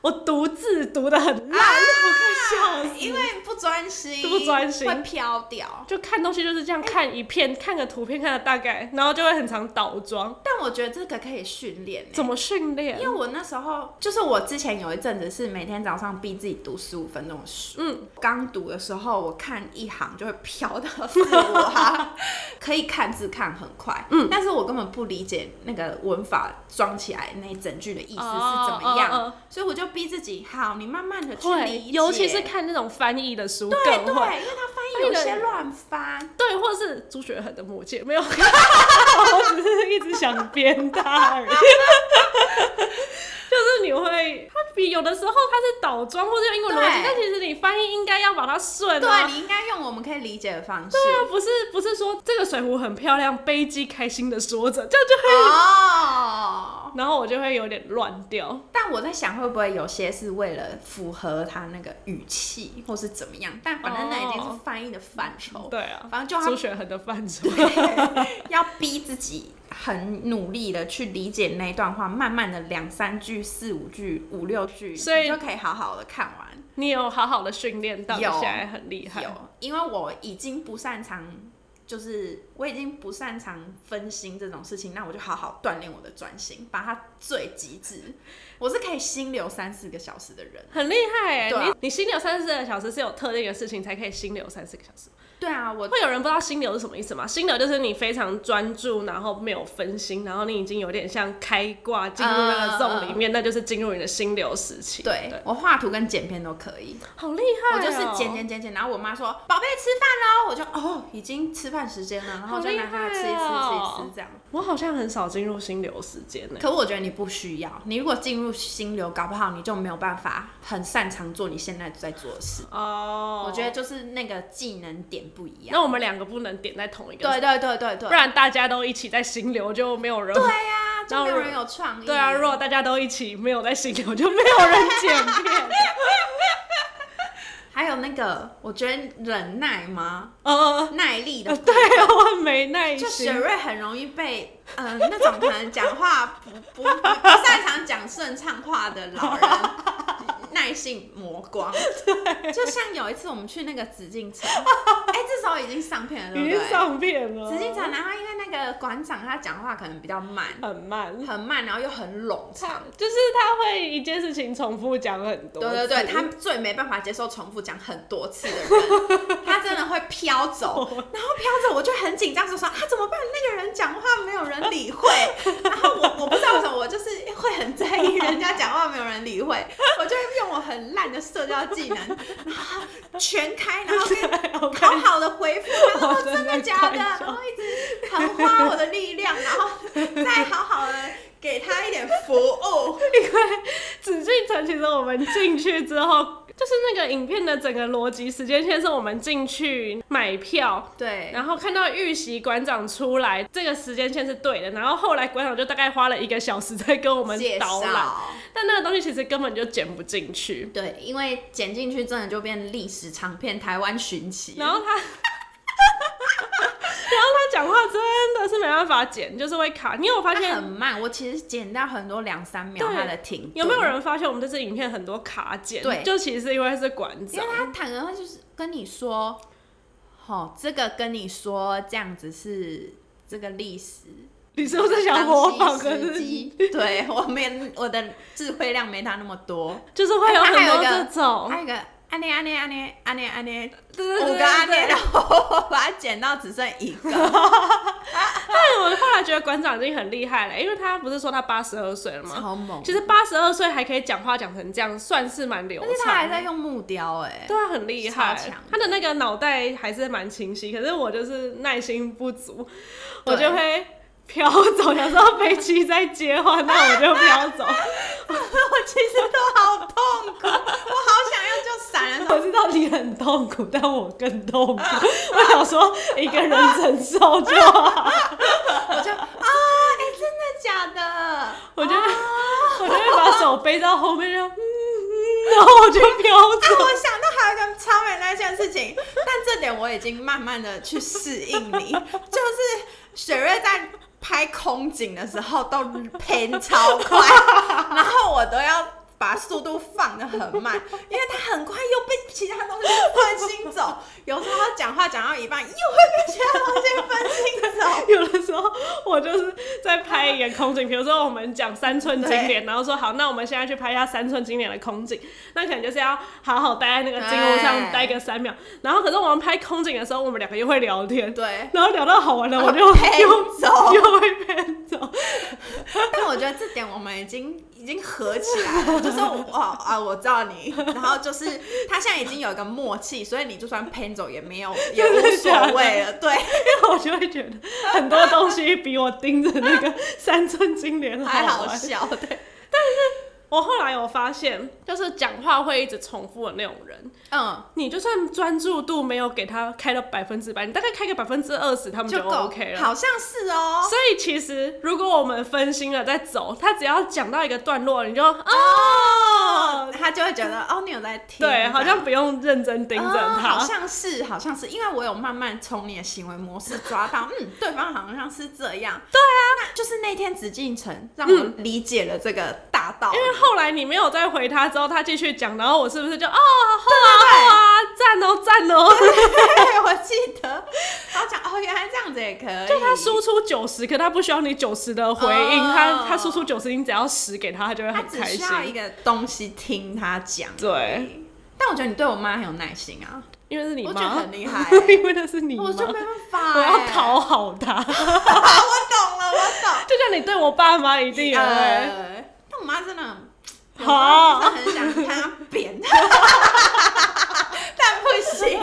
Speaker 1: 我读字读的很烂，我快笑死。
Speaker 2: 因为不专心，
Speaker 1: 不专心
Speaker 2: 会飘掉。
Speaker 1: 就看东西就是这样，看一片，看个图片，看个大概，然后就会很常倒装。
Speaker 2: 但我觉得这个可以训练、欸，
Speaker 1: 怎么训练
Speaker 2: 因？为我那时候就是我之前有一阵子是每天早上逼自己读十五分钟的书，
Speaker 1: 嗯，
Speaker 2: 刚读的时候我看一行就会飘到 自我啊，可以看字看很快，嗯，但是我根本不理解那个文法装起来那一整句的意思是怎么样，
Speaker 1: 哦哦哦
Speaker 2: 所以我就逼自己，好，你慢慢的去
Speaker 1: 会，
Speaker 2: 理解，
Speaker 1: 尤其是看那种翻译的书
Speaker 2: 对对，因为
Speaker 1: 更
Speaker 2: 它
Speaker 1: 会。
Speaker 2: 翻译有些乱翻。
Speaker 1: 对，或者是朱雪恒的魔戒，没有， 我只是一直想编他而已。就是你会，他比有的时候他是倒装或者用英文逻辑
Speaker 2: 对，
Speaker 1: 但其实你翻译应该要把它顺啊
Speaker 2: 对，。你应该用我们可以理解的方式。
Speaker 1: 对啊，不是不是说这个水壶很漂亮，悲机开心的说着，这样就会，
Speaker 2: 哦，
Speaker 1: 然后我就会有点乱掉。
Speaker 2: 但我在想，会不会有些是为了符合他那个语气，或是怎么样？但反正那已经是翻译的范畴，
Speaker 1: 对啊，
Speaker 2: 反哦正就
Speaker 1: 朱
Speaker 2: 他
Speaker 1: 雪恒的范畴。
Speaker 2: 要逼自己很努力的去理解那一段话，慢慢的两三句、四五句、五六句，
Speaker 1: 所以
Speaker 2: 你就可以好好的看完。
Speaker 1: 你有好好的训练到，你
Speaker 2: 有
Speaker 1: 现在很厉害
Speaker 2: 有。，因为我已经不擅长，就是我已经不擅长分心这种事情，那我就好好锻炼我的专心，把它最极致。我是可以心流三四个小时的人。
Speaker 1: 很厉害哎、
Speaker 2: 对啊
Speaker 1: 你你心流三十四个小时是有特定的事情才可以心流三十四个小时。
Speaker 2: 对啊，我
Speaker 1: 会有人不知道心流是什么意思吗？心流就是你非常专注，然后没有分心，然后你已经有点像开挂进入那个
Speaker 2: 嗯
Speaker 1: zone 里面，那就是进入你的心流时期。
Speaker 2: 对我画图跟剪片都可以，
Speaker 1: 好厉
Speaker 2: 我
Speaker 1: 害、哦
Speaker 2: 就是剪。剪剪剪，然后我妈说宝贝吃饭喽，我就哦已经吃饭时间了，然后就拿它吃一吃
Speaker 1: 好厉
Speaker 2: 吃
Speaker 1: 害哦
Speaker 2: 一吃这样。
Speaker 1: 我好像很少进入心流时间呢、
Speaker 2: 可我觉得你不需要，你如果进入入心流，搞不好你就没有办法很擅长做你现在在做的事。
Speaker 1: 哦，
Speaker 2: 我觉得就是那个技能点不一样。
Speaker 1: 那我们两个不能点在同一个，
Speaker 2: 对对对对对，
Speaker 1: 不然大家都一起在心流就没有人。
Speaker 2: 对呀、就
Speaker 1: 然
Speaker 2: 没有
Speaker 1: 后
Speaker 2: 人有创意。
Speaker 1: 对啊，如果大家都一起没有在心流，就没有人剪片。
Speaker 2: 还有那个，我觉得忍耐吗？
Speaker 1: 呃，
Speaker 2: 耐力的
Speaker 1: 呃，对啊，我很没耐
Speaker 2: 就
Speaker 1: 心
Speaker 2: 雪。瑞很容易被，嗯、那种可能讲话不不不擅长讲顺畅话的老人耐性磨光。对，就像有一次我们去那个紫禁城，哎、这时候已经上片了，对
Speaker 1: 已
Speaker 2: 不
Speaker 1: 经
Speaker 2: 对？
Speaker 1: 上片了，
Speaker 2: 紫禁城，然后因为那个馆长他讲话可能比较慢，
Speaker 1: 很慢，
Speaker 2: 很慢，然后又很冗
Speaker 1: 他
Speaker 2: 长。
Speaker 1: 就是他会一件事情重复讲很多
Speaker 2: 对
Speaker 1: 次。
Speaker 2: 对对，他最没办法接受重复讲很多次的人，他真的会 飘走，然后飘走我就很紧张，就说啊怎么办？那个人讲话没有人理会，然后我我不知道为什么，我就是会很在意人家讲话没有人理会，我就会用我很烂的社交技能，然后全开，然后跟
Speaker 1: 我看
Speaker 2: 好好的回复，他说
Speaker 1: 我
Speaker 2: 哦真
Speaker 1: 真的
Speaker 2: 的假的，
Speaker 1: 快笑
Speaker 2: 然后一直很花我的力量，然后再好好的给他一点 服务。
Speaker 1: 紫禁城其实我们进去之后，就是那个影片的整个逻辑时间线是我们进去买票。
Speaker 2: 对，
Speaker 1: 然后看到预习馆长出来，这个时间线是对的。然后后来馆长就大概花了一个小时在跟我们
Speaker 2: 介
Speaker 1: 导览，
Speaker 2: 绍。
Speaker 1: 但那个东西其实根本就剪不进去。
Speaker 2: 对，因为剪进去真的就变历史长片台湾寻奇。
Speaker 1: 然后他， 然后他讲话真的是没办法剪，就是会卡。你有发
Speaker 2: 它
Speaker 1: 现
Speaker 2: 很慢，我其实剪到很多两三秒
Speaker 1: 对
Speaker 2: 它的停顿。
Speaker 1: 有没有人发现我们这支影片很多卡剪？
Speaker 2: 对
Speaker 1: 就其实是因为是馆
Speaker 2: 因
Speaker 1: 长
Speaker 2: 为。他坦然会就是跟你说，哦，这个跟你说这样子是这个历 史。
Speaker 1: 你是不是想模仿？
Speaker 2: 当
Speaker 1: 可
Speaker 2: 机时
Speaker 1: 是
Speaker 2: 机对我没我的智慧量没他那么多。
Speaker 1: 就是会有很
Speaker 2: 还有
Speaker 1: 多
Speaker 2: 一
Speaker 1: 这
Speaker 2: 个
Speaker 1: 种，
Speaker 2: 哎还有一个安妮安妮安妮安妮安妮
Speaker 1: 哦对对
Speaker 2: 五
Speaker 1: 对
Speaker 2: 个安
Speaker 1: 对
Speaker 2: 妮，然
Speaker 1: 对。
Speaker 2: 后我把它剪到只剩一个，
Speaker 1: 但我后来觉得馆长已经很厉害了，因为他不是说他八十二岁了吗？
Speaker 2: 超猛。
Speaker 1: 其实八十二岁还可以讲话讲成这样，算是蛮流
Speaker 2: 而
Speaker 1: 畅的。
Speaker 2: 且他还在用木雕哎、
Speaker 1: 对啊，很厉害
Speaker 2: 超强，
Speaker 1: 他的那个脑袋还是蛮清晰，可是我就是耐心不足，
Speaker 2: 对
Speaker 1: 我就会飘走。 有时候飞机在接话，那我就飘走。
Speaker 2: 我其实都好痛苦，我好想要就闪人
Speaker 1: 我知道你很痛苦，但我更痛苦。我想说，一个人承受就好。
Speaker 2: 我就啊，哎、真的假的？
Speaker 1: 我就
Speaker 2: 啊
Speaker 1: 会，我就会把手背到后面，然后嗯，嗯然后我就飘嗯
Speaker 2: 啊，
Speaker 1: 走。
Speaker 2: 我想到还有一个超美那件事情，但这点我已经慢慢的去适应你，就是雪瑞在拍空景的时候都偏超快，然后我都要把速度放得很慢，因为他很快又被其他东西分心走，有时候他讲话讲到一半又会被其他东西分心走。
Speaker 1: 有的时候嗯我就是在拍一个空景，比如说我们讲三寸金莲，然后说好，那我们现在去拍一下三寸金莲的空景，那可能就是要好好待在那个金屋上
Speaker 2: 对
Speaker 1: 待个三秒。然后可是我们拍空景的时候，我们两个又会聊天，
Speaker 2: 对，
Speaker 1: 然后聊到好玩的，我就
Speaker 2: 偏
Speaker 1: 又
Speaker 2: 走
Speaker 1: 又会偏走。
Speaker 2: 但我觉得这点我们已经已经合起来了，就是我哦啊，我知道你，然后就是他现在已经有一个默契，所以你就算偏走也没有也
Speaker 1: 真的
Speaker 2: 无所谓
Speaker 1: 假
Speaker 2: 了。
Speaker 1: 因
Speaker 2: 对，
Speaker 1: 为我就会觉得很多东西比我盯着那个三寸金莲
Speaker 2: 还
Speaker 1: 好
Speaker 2: 好
Speaker 1: 玩。
Speaker 2: 笑，对，
Speaker 1: 我后来有发现，就是讲话会一直重复的那种人，
Speaker 2: 嗯，
Speaker 1: 你就算专注度没有给他开到百分之百，你大概开个百分之二十，他们
Speaker 2: 就够
Speaker 1: OK 了。啊
Speaker 2: 好像是哦。
Speaker 1: 所以其实如果我们分心了再走，他只要讲到一个段落，你就
Speaker 2: 哦
Speaker 1: 哦，
Speaker 2: 他就会觉得哦，你有在听，
Speaker 1: 对，好像不用认真盯
Speaker 2: 盯
Speaker 1: 着
Speaker 2: 哦
Speaker 1: 他。
Speaker 2: 好像是，好像是，因为我有慢慢从你的行为模式抓到，嗯，对方好像是这样。对啊，那就是那天紫禁城让我理解了这个大道理。
Speaker 1: 因为后来你没有再回他之后，他继续讲，然后我是不是就哦，好啊好啊，赞哦赞哦，
Speaker 2: 对， 我记得，然后讲哦，原来这样子也可以。
Speaker 1: 就他输出九十，可他不需要你九十的回应，
Speaker 2: 哦
Speaker 1: 他他输出九十，你只要十给他，他就会
Speaker 2: 他
Speaker 1: 很
Speaker 2: 只
Speaker 1: 开
Speaker 2: 需
Speaker 1: 心。
Speaker 2: 要一个东西听他讲。
Speaker 1: 对，
Speaker 2: 但我觉得你对我妈很有耐心啊，
Speaker 1: 因为是你
Speaker 2: 我
Speaker 1: 妈，
Speaker 2: 觉得 很厉害
Speaker 1: 因为那是你妈，
Speaker 2: 我就没哎办法、
Speaker 1: 我要讨。好他。
Speaker 2: 好，我懂了，我懂。
Speaker 1: 就像你对我爸妈一定哎也会，
Speaker 2: 呃，但我妈真的很，我
Speaker 1: 好
Speaker 2: 妈真的很想看她 扁，但不行，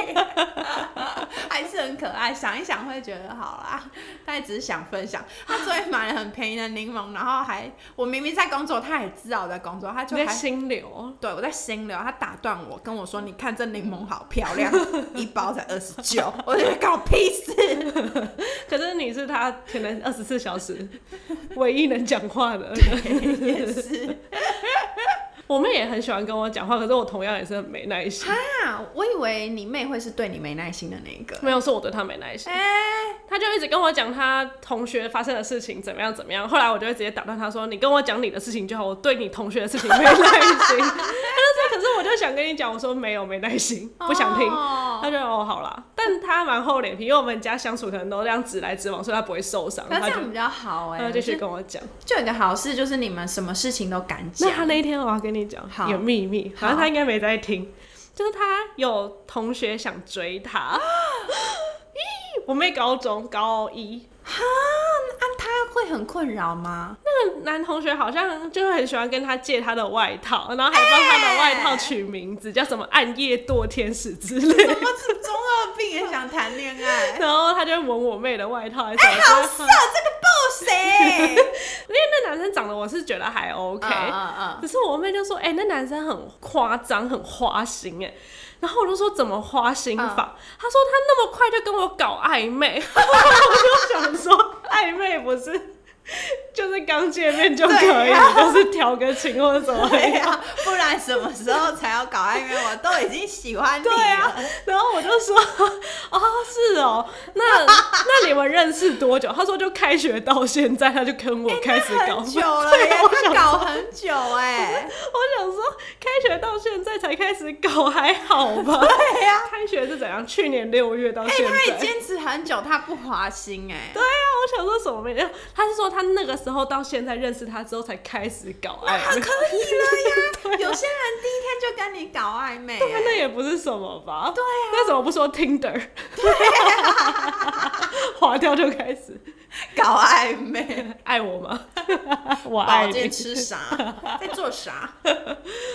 Speaker 2: 还是很可爱，想一想会觉得好啦。他也只是想分享，他昨天买了很便宜的柠檬，然后还我明明在工作，他也知道我在工作，他就
Speaker 1: 你在
Speaker 2: 还
Speaker 1: 心流，
Speaker 2: 对我在心流，他打断我跟我说：“你看这柠檬好漂 亮，一包才二十九。”我就觉得搞屁事，
Speaker 1: 可是你是他可能二十四小时 唯一能讲话的人。
Speaker 2: 也是
Speaker 1: 我妹也很喜欢跟我讲话，可是我同样也是很没耐心。
Speaker 2: 啊！我以为你妹会是对你没耐心的那一 个，
Speaker 1: 没有，是我对她没耐心。
Speaker 2: 哎、
Speaker 1: 她就一直跟我讲她同学发生的事情怎么样怎么样，后来我就会直接打断她说：“你跟我讲你的事情就好，我对你同学的事情没耐心。” 她就说：“可是我就想跟你讲。”我说：“没有，没耐心，不想听。
Speaker 2: 哦
Speaker 1: 她就哦好啦，但她蛮厚脸皮，因为我们家相处可能都这样直来直往，所以她不会受伤。
Speaker 2: 可是
Speaker 1: 她
Speaker 2: 这
Speaker 1: 就呃
Speaker 2: 样比较好哎、
Speaker 1: 她就继续
Speaker 2: 就
Speaker 1: 跟我讲。
Speaker 2: 就有一个好事就是你们什么事情都敢
Speaker 1: 那
Speaker 2: 讲，
Speaker 1: 他那一天我要跟你讲
Speaker 2: 好
Speaker 1: 有秘密，
Speaker 2: 好
Speaker 1: 反正他应该没在听，就是他有同学想追他。 咦我妹高中高一，
Speaker 2: 啊，他会很困扰吗？
Speaker 1: 那个男同学好像就是很喜欢跟他借他的外套，然后还帮他的外套取名字，叫什么暗夜堕天使之类 的。
Speaker 2: 怎么是中二病也想谈恋爱？
Speaker 1: 然后他就闻我妹的外套，还是什么
Speaker 2: 哎好
Speaker 1: 就
Speaker 2: 色，这
Speaker 1: 是
Speaker 2: 个不行。
Speaker 1: 因为那男生长得我是觉得还 OK，
Speaker 2: 嗯嗯
Speaker 1: 可是我妹就说：“哎、那男生很夸张，很花心。”哎，然后我就说：“怎么花心法？”她
Speaker 2: 嗯
Speaker 1: 说：“他那么快就跟我搞暧昧。” 我就想说，暧昧不是就是刚见面就可以，
Speaker 2: 对啊
Speaker 1: 就是调个情或者怎么
Speaker 2: 对
Speaker 1: 样？
Speaker 2: 啊，不然什么时候才要搞暧昧？我都已经喜欢你
Speaker 1: 对 啊
Speaker 2: 了。，
Speaker 1: 然后我就说：“ 哦，是哦，那 那你们认识多久？”她说：“就开学到现在，他就跟我开始搞。
Speaker 2: 哎很久了耶，
Speaker 1: 啊
Speaker 2: 他搞很久哎，
Speaker 1: 我想说，开学到现在才开始搞，还好吧？
Speaker 2: 对呀，
Speaker 1: 开学是怎样？去年六月到
Speaker 2: 哎，
Speaker 1: 现在。
Speaker 2: 他 也坚持很久，他不花心哎，
Speaker 1: 对啊，我想说什么没有？他是说他那个时候到现在认识他之后才开始搞哎暧昧，
Speaker 2: 啊可 以了呀。有些人第一天就跟你搞暧昧
Speaker 1: 啊那
Speaker 2: 欸，
Speaker 1: 也不是什么吧？对啊，那怎么不说 Tinder？对、
Speaker 2: 啊
Speaker 1: 划掉就开始
Speaker 2: 搞 暧昧，
Speaker 1: 爱我吗？我爱
Speaker 2: 宝
Speaker 1: 你
Speaker 2: 剑。吃啥，在做啥？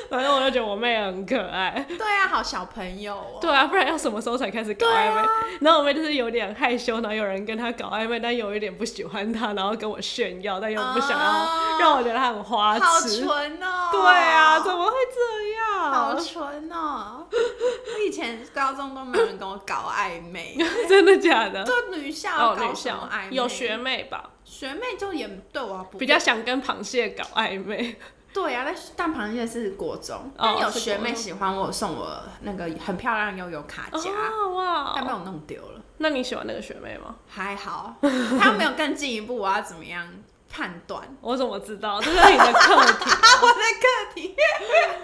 Speaker 1: 反正我就觉得我妹很可爱。
Speaker 2: 对啊，好小朋友哦。
Speaker 1: 对啊，不然要什么时候才开始搞
Speaker 2: 对
Speaker 1: 暧
Speaker 2: 啊
Speaker 1: 昧？然后我妹就是有点害羞，然后有人跟她搞暧昧，但有一点不喜欢她，然后跟我炫耀，但又不想要、
Speaker 2: 哦
Speaker 1: 让我觉得她很花
Speaker 2: 好
Speaker 1: 痴。
Speaker 2: 纯哦！
Speaker 1: 啊 对啊，怎么会这样？
Speaker 2: 好纯哦！我以前高中都没有人跟我搞暧昧，
Speaker 1: 真的假的？
Speaker 2: 就女校
Speaker 1: 哦，
Speaker 2: 啊搞
Speaker 1: 女
Speaker 2: 什么
Speaker 1: 校
Speaker 2: 暧昧？
Speaker 1: 有学妹吧，
Speaker 2: 学妹就也对我不
Speaker 1: 比较想跟螃蟹搞暧昧。
Speaker 2: 对啊，但是但螃蟹是国中，但有
Speaker 1: 哦是
Speaker 2: 学
Speaker 1: 国
Speaker 2: 妹
Speaker 1: 中
Speaker 2: 喜欢我送我那个很漂亮悠悠卡夹，
Speaker 1: 哦
Speaker 2: 但被
Speaker 1: 哇，
Speaker 2: 我弄丢了，
Speaker 1: 那你喜欢那个学妹吗？
Speaker 2: 还好她没有更进一步，我要怎么样判 断？
Speaker 1: 我怎么知道？这是你的课题。
Speaker 2: 我的课题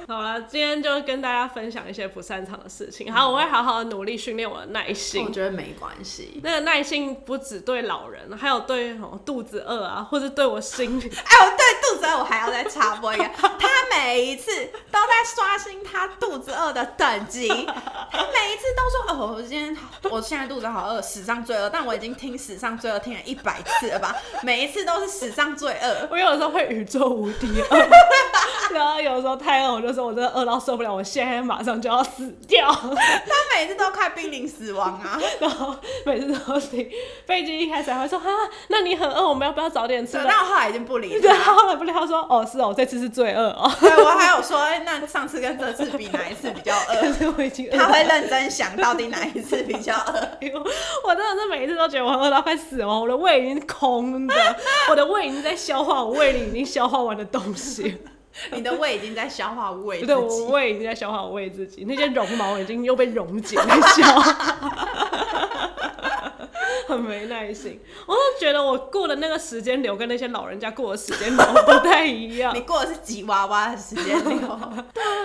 Speaker 1: 好了，今天就跟大家分享一些不擅长的事情。好，我会好好地努力训练我的耐心
Speaker 2: 我。觉得没关系。
Speaker 1: 那个耐心不只对老人，还有对什么肚子饿啊，或 者对我心里。
Speaker 2: 哎，我对肚子饿，我还要再插播一个，他每一次都在刷新他肚子饿的等级，他每一次都说：“哦，我今天我现在肚子好饿，史上最饿。”但我已经听史上最饿听了一百次了吧，每一次都是史上最饿。
Speaker 1: 我有时候会宇宙无敌饿， 然后有时候太饿，我就说我真的饿到受不了，我现在马上就要死掉。
Speaker 2: 他每次都快濒临死亡啊！
Speaker 1: 然后每次都听飞机一开始还会说哈，那你很饿，我们要不要早点吃
Speaker 2: 对，
Speaker 1: 饭？
Speaker 2: 但我后来已经不理
Speaker 1: 然
Speaker 2: 他。
Speaker 1: 后后来不聊说哦是哦，这次是最饿哦，
Speaker 2: 对，我还有说，哎，那上次跟这次比哪一次比较
Speaker 1: 可
Speaker 2: 饿？
Speaker 1: 是我已经饿
Speaker 2: 他
Speaker 1: 到，
Speaker 2: 会认真想到底哪一次比较饿。
Speaker 1: 哎我真的是每一次都觉得我饿到快死亡，我的胃已经空的， 我的胃已经在消化我胃里已经消化完的东西，
Speaker 2: 你的胃已经在消化哎胃自
Speaker 1: 对，我
Speaker 2: 己。
Speaker 1: 胃已经在消化我胃自己，那些绒毛已经又被溶解在消化。 很没耐心，我就觉得我过的那个时间流跟那些老人家过的时间流不太一样
Speaker 2: 你。过的是吉娃娃的时间哦流。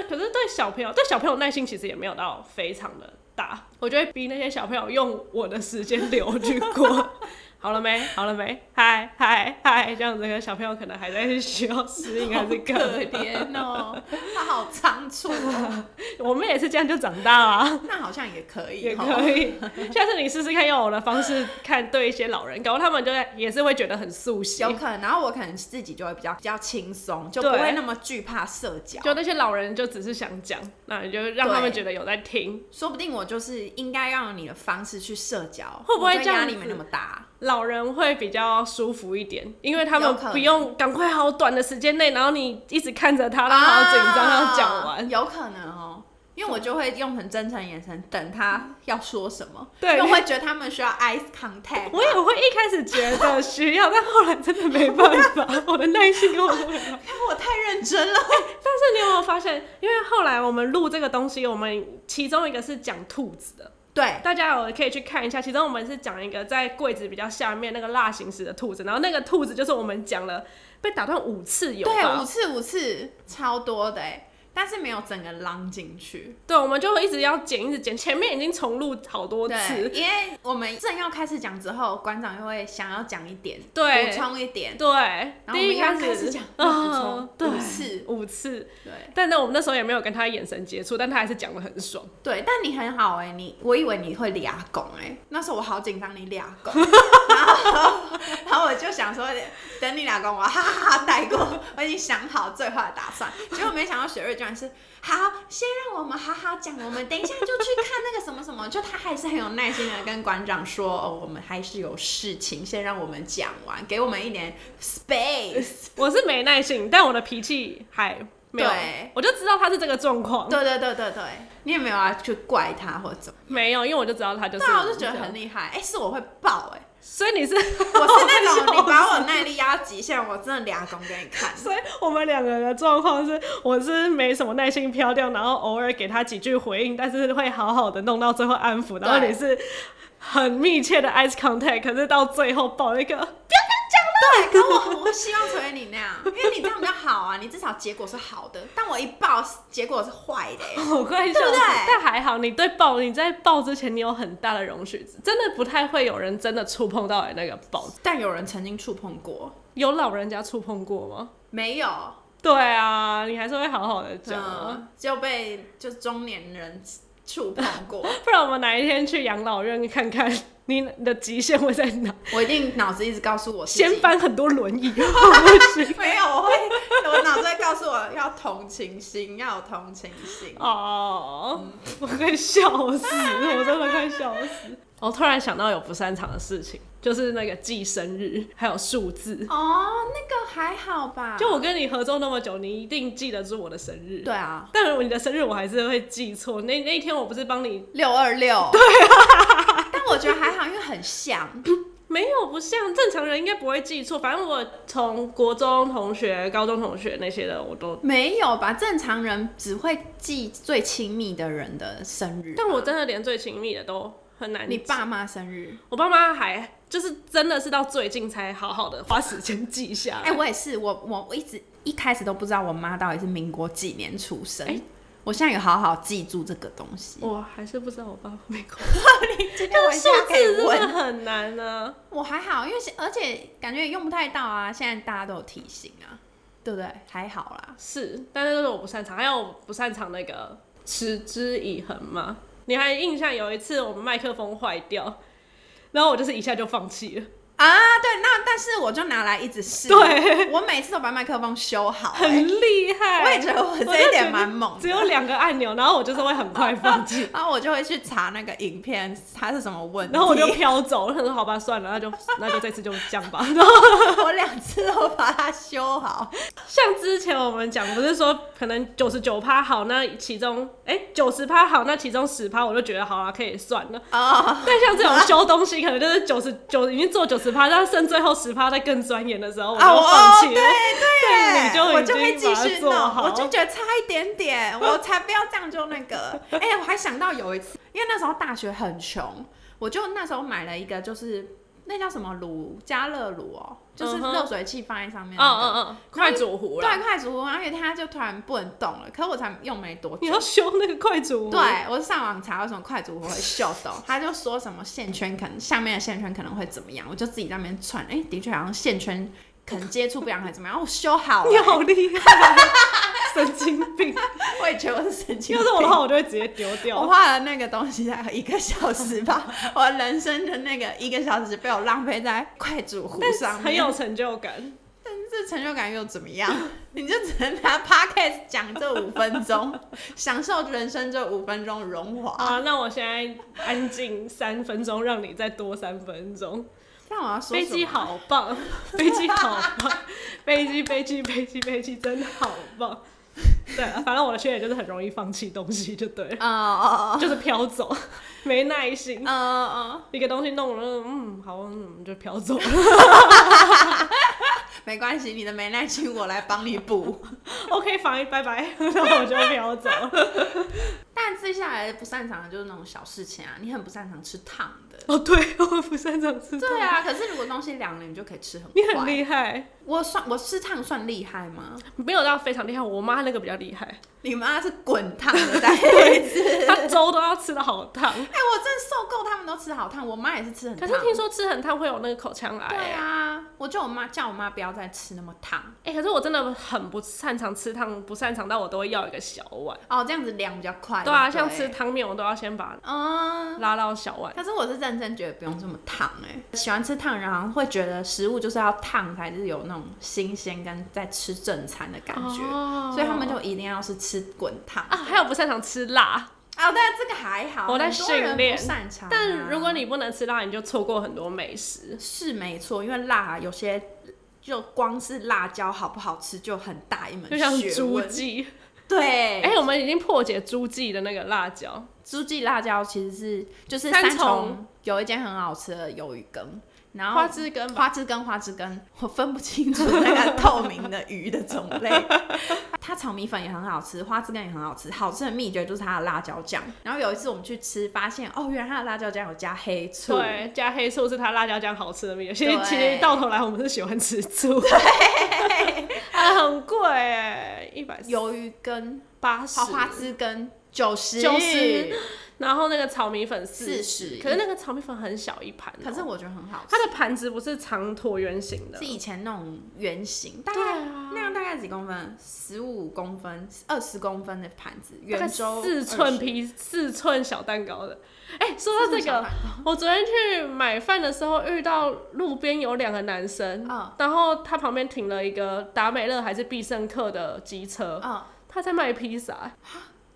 Speaker 1: 可是对小朋友，对小朋友耐心其实也没有到非常的大，我就会逼那些小朋友用我的时间流去过。 好了没？好了没？嗨嗨嗨！这样子，小朋友可能还在需要适 应，还是
Speaker 2: 可怜 哦，他好仓促哦。
Speaker 1: 我们也是这样就长大啊，
Speaker 2: 那好像也可以，
Speaker 1: 也
Speaker 2: 哦
Speaker 1: 可以。下次你试试看，用我的方式看对一些老人，搞不好他们就在也是会觉得很速
Speaker 2: 有
Speaker 1: 写。
Speaker 2: 可能。然后我可能自己就会比较比较轻松，就不
Speaker 1: 对
Speaker 2: 会那么惧怕社交。
Speaker 1: 就那些老人就只是想讲，那你就让他们觉得有在听。
Speaker 2: 说不定我就是应该要用你的方式去社交，
Speaker 1: 会不会
Speaker 2: 我对
Speaker 1: 这样
Speaker 2: 压力
Speaker 1: 子
Speaker 2: 没那么大？
Speaker 1: 老人会比较舒服一点，因为他
Speaker 2: 有
Speaker 1: 们
Speaker 2: 可能
Speaker 1: 不用赶快好短的时间内，然后你一直看着他，让他好紧张，让他讲完。
Speaker 2: 啊有可能哦。因为我就会用很真诚的眼神等他要说什么，
Speaker 1: 对
Speaker 2: 因为我会觉得他们需要 eye contact，
Speaker 1: 我也会一开始觉得需要，但后来真的没办法， 我的耐心跟我说没办法。
Speaker 2: 因为我太认真了。
Speaker 1: 但是你有没有发现，因为后来我们录这个东西，我们其中一个是讲兔子的，
Speaker 2: 对，
Speaker 1: 大家有可以去看一下。其中我们是讲一个在柜子比较下面那个蜡形石的兔子，然后那个兔子就是我们讲了被打断五次有
Speaker 2: 对，五
Speaker 1: 吧？
Speaker 2: 次五次超多的哎，但是没有整个浪进去。
Speaker 1: 对，我们就一直要剪，一直剪，前面已经重录好多
Speaker 2: 对，
Speaker 1: 次。
Speaker 2: 因为我们正要开始讲之后，馆长又会想要讲一点，
Speaker 1: 对
Speaker 2: 补充一点，
Speaker 1: 对，
Speaker 2: 然后我
Speaker 1: 第
Speaker 2: 们
Speaker 1: 一
Speaker 2: 又
Speaker 1: 开
Speaker 2: 要
Speaker 1: 始
Speaker 2: 开始讲，
Speaker 1: 啊
Speaker 2: 啊，，
Speaker 1: 对，
Speaker 2: 五次，
Speaker 1: 五次，
Speaker 2: 对
Speaker 1: 但呢，我们那时候也没有跟他眼神接触，但他还是讲的很爽。
Speaker 2: 对，但你很好哎，你我以为你会俩拱哎，那时候我好紧张，你俩 拱，然后然后我就想说，等你俩拱我哈哈哈带过，我已经想好最坏的打算，结果没想到雪瑞居然是好，先让我们好好讲，我们等一下就去看那个什么什么，就他还是很有耐心的跟馆长说，哦，我们还是有事情，先让我们讲完，给我们一点 space。
Speaker 1: 我是没耐性，但我的脾气还没有
Speaker 2: 对，
Speaker 1: 我就知道他是这个状况，
Speaker 2: 对对对对对，你也没有要去怪他或者怎么，
Speaker 1: 没有，因为我就知道他就是，
Speaker 2: 对啊，我就觉得很，厉害。哎、是我会爆哎、
Speaker 1: 所以你是，
Speaker 2: 我是那种
Speaker 1: 我
Speaker 2: 你把我耐力压到极限，我真的俩拱给你 看。
Speaker 1: 所以我们两个人的状况是，我是没什么耐心飘掉，然后偶尔给他几句回应，但是会好好的弄到最后安抚，然后
Speaker 2: 对
Speaker 1: 你是很密切的 eyes contact，可是到最后爆那个。
Speaker 2: 对， 可我我希望成为你那 样，因为你这样比较好啊，你至少结果是好的。但我一爆，结果是坏的、欸。
Speaker 1: 我 快笑死
Speaker 2: 对不！对
Speaker 1: 但还好，你对爆，你在爆之前，你有很大的容许值，真的不太会有人真的触碰到你那个爆。
Speaker 2: 但有人曾经触碰过，
Speaker 1: 有老人家触碰过吗？
Speaker 2: 没有，
Speaker 1: 对啊，你还是会好好的讲啊。
Speaker 2: 嗯，就被就中年人触碰过。
Speaker 1: 不然我们哪一天去养老院看看你的极限会在哪？
Speaker 2: 我一定脑子一直告诉我自己
Speaker 1: 先搬很多轮椅，不行
Speaker 2: 没有，我会我脑子会告诉我要同情心，要有同情心。
Speaker 1: 哦，我快笑死，我真的快笑死。我突然想到有不擅长的事情，就是那个记生日，还有数字。
Speaker 2: 哦，那个还好吧？
Speaker 1: 就我跟你合作那么久，你一定记得住我的生日。
Speaker 2: 对，啊，
Speaker 1: 但如果你的生日我还是会记错。那那一天我不是帮你
Speaker 2: 六二六。 对啊， 但我觉得还好，因为很像。
Speaker 1: 没有不像正常人应该不会记错，反正我从国中同学、高中同学那些的我都，
Speaker 2: 没有吧？正常人只会记最亲密的人的生日，
Speaker 1: 但我真的连最亲密的都很难记。
Speaker 2: 你爸妈生日，
Speaker 1: 我爸妈还就是真的是到最近才好好的花时间记下
Speaker 2: 哎、
Speaker 1: 来。
Speaker 2: 我也是，我我我一直一开始都不知道我妈到底是民国几年出生。
Speaker 1: 哎
Speaker 2: 我现在有好好记住这个东西，
Speaker 1: 我还是不知道我爸爸没空，
Speaker 2: 今天
Speaker 1: 但
Speaker 2: 哎我
Speaker 1: 数
Speaker 2: 现在可
Speaker 1: 字
Speaker 2: 以
Speaker 1: 真的
Speaker 2: 问。
Speaker 1: 很难啊呢、
Speaker 2: 我还好，因为而且感觉也用不太到啊，现在大家都有提醒啊，对不对？还好啦。
Speaker 1: 是，但是就是我不擅长，还有我不擅长那个持之以恒嘛。你还印象有一次我们麦克风坏掉，然后我就是一下就放弃了，
Speaker 2: 啊，对，那但是我就拿来一直试，
Speaker 1: 对，
Speaker 2: 我每次都把麦克风修好、
Speaker 1: 很
Speaker 2: 欸，
Speaker 1: 厉害。
Speaker 2: 我也觉得我
Speaker 1: 我就
Speaker 2: 这一
Speaker 1: 觉得
Speaker 2: 点蛮猛
Speaker 1: 只
Speaker 2: 的。
Speaker 1: 有两个按钮，然后我就是会很快放弃，
Speaker 2: 然后我就会去查那个影片，它是什么问题。
Speaker 1: 然后 我就飘走了。他说：“好吧，算了，那就那就这次就这样吧。”然后
Speaker 2: 我两次都把它修好。
Speaker 1: 像之前我们讲，不是说可能九十九趴好，那其中哎九十趴好，那其中十趴我就觉得好啊，可以算了。
Speaker 2: 哦，
Speaker 1: 但像这种修东西，可能就是九十九已经做九十趴，但剩最后十趴在更钻研的时候，我就
Speaker 2: 啊，我
Speaker 1: 放
Speaker 2: 哦，
Speaker 1: 弃
Speaker 2: 对
Speaker 1: 了。
Speaker 2: 对
Speaker 1: 对
Speaker 2: 耶，
Speaker 1: 你就已
Speaker 2: 我就会
Speaker 1: 经
Speaker 2: 继
Speaker 1: 把它
Speaker 2: 续
Speaker 1: 做
Speaker 2: 弄，
Speaker 1: 好
Speaker 2: 我就觉得差一点点，我才不要这样就那个。 哎、我还想到有一次，因为那时候大学很穷，我就那时候买了一个就是那叫什么炉？加热炉哦，就是
Speaker 1: 嗯哼
Speaker 2: 热水器放在上面、
Speaker 1: 嗯
Speaker 2: 那个
Speaker 1: 嗯嗯，快煮糊
Speaker 2: 对，
Speaker 1: 了。
Speaker 2: 快煮壶，然后有一天它就突然不能动了，可我才用没多
Speaker 1: 你
Speaker 2: 久。
Speaker 1: 要修那个快煮糊？
Speaker 2: 对，我上网查为什么快煮壶会秀抖，他就说什么线圈可能下面的线圈可能会怎么样，我就自己在那边串，哎、的确好像线圈可能接触不良还是怎么样，我修好
Speaker 1: 你
Speaker 2: 了，
Speaker 1: 好厉害，神经 病！
Speaker 2: 我也觉得我是神经
Speaker 1: 要
Speaker 2: 病
Speaker 1: 是。我的话，我就会直接丢
Speaker 2: 我
Speaker 1: 掉。
Speaker 2: 画了那个东西大概一个小时吧，我人生的那个一个小时被我浪费在快煮壶
Speaker 1: 但是
Speaker 2: 上
Speaker 1: 很
Speaker 2: 面，
Speaker 1: 有成就感，
Speaker 2: 这成就感又怎么样？你就只能拿 podcast 讲这五分钟，享受人生这五分钟荣华。
Speaker 1: 啊！那我现在安静三分钟，让你再多三分钟。
Speaker 2: 那我要说
Speaker 1: 飞机
Speaker 2: 什么，
Speaker 1: 好棒， 飞机好 棒，飞机飞机飞机飞机真的好棒。对，啊反正我的缺点就是很容易放弃东西，就对了，
Speaker 2: 呃呃
Speaker 1: 就是飘走， 没耐心
Speaker 2: 呃。呃，
Speaker 1: 一个东西弄了，嗯，好，嗯，就飘走 了。
Speaker 2: 没关系，你的没耐心我来帮你补。
Speaker 1: OK，反应拜拜， 然后我就飘走了。
Speaker 2: 但接下来不擅长的就是那种小事情啊，你很不擅长吃烫的。
Speaker 1: 哦，对， 我不擅长吃。
Speaker 2: 对，啊，可是如果东西凉了，你就可以吃很
Speaker 1: 你
Speaker 2: 快。
Speaker 1: 很厉害，
Speaker 2: 我算我吃烫算厉害吗？
Speaker 1: 没有到非常厉害。我妈那个比较厉 害，
Speaker 2: 你妈是滚烫的代言子。
Speaker 1: 她粥都要吃的好烫。
Speaker 2: 哎、我真受够他们都吃好烫，我妈也是吃很
Speaker 1: 可
Speaker 2: 烫。
Speaker 1: 是听说吃很烫会有那个口腔癌、
Speaker 2: 对
Speaker 1: 欸。
Speaker 2: 啊，我就我妈叫我妈不要再吃那么烫
Speaker 1: 哎、可是我真的很不擅长吃汤，不擅长到我都会要一个小碗。
Speaker 2: 哦，这样子凉比较快。
Speaker 1: 对啊，
Speaker 2: 不
Speaker 1: 像吃汤面我都要先把
Speaker 2: 嗯。
Speaker 1: 拉到小碗。
Speaker 2: 可是我是认真觉得不用这么烫哎、喜欢吃烫，然后会觉得食物就是要烫才是有那种新鲜跟在吃正餐的感觉，
Speaker 1: 哦
Speaker 2: 所以他们就一定要是吃滚烫
Speaker 1: 啊，还有不擅长吃辣。
Speaker 2: 啊。但这个还好，
Speaker 1: 我在
Speaker 2: 很多人
Speaker 1: 训练
Speaker 2: 不擅长啊、
Speaker 1: 但如果你不能吃辣，你就错过很多美食。
Speaker 2: 是没错，因为辣有些就光是辣椒好不好吃就很大一门
Speaker 1: 就像
Speaker 2: 学
Speaker 1: 猪
Speaker 2: 问。
Speaker 1: 记，
Speaker 2: 对，
Speaker 1: 哎、我们已经破解猪记的那个辣椒，
Speaker 2: 猪记辣椒其实是就是
Speaker 1: 三
Speaker 2: 三
Speaker 1: 重
Speaker 2: 重有一间很好吃的鱿鱼羹，然后
Speaker 1: 花枝羹吧。
Speaker 2: 花枝羹花枝羹， 我分不清楚那个透明的鱼的种 类。它炒米粉也很好吃，花枝羹也很好吃，好吃的秘诀就是它的辣椒酱。然后有一次我们去吃，发现哦，原来它的辣椒酱有加黑醋。
Speaker 1: 对，加黑醋是它辣椒酱好吃的秘诀。其实
Speaker 2: 对
Speaker 1: 其实到头来我们是喜欢吃醋， 啊，很贵哎，一百
Speaker 2: 鱿鱼羹、
Speaker 1: 八十
Speaker 2: 花，花枝羹九十
Speaker 1: 90然后那个炒米粉四
Speaker 2: 四
Speaker 1: 十，
Speaker 2: 十。
Speaker 1: 可是那个炒米粉很小一盘哦，
Speaker 2: 可是我觉得很好吃，
Speaker 1: 它的盘子不是长椭圆形的
Speaker 2: 是，以前那种圆形，大
Speaker 1: 对
Speaker 2: 概
Speaker 1: 啊，
Speaker 2: 那样大概几公分？十五公分、二十公分的盘子，
Speaker 1: 大概
Speaker 2: 圆周
Speaker 1: 四寸皮四寸小蛋糕的。哎，说到这个，我昨天去买饭的时候遇到路边有两个男生，
Speaker 2: 嗯
Speaker 1: 然后他旁边停了一个达美乐还是必胜客的机车，
Speaker 2: 嗯，
Speaker 1: 他在卖披萨。，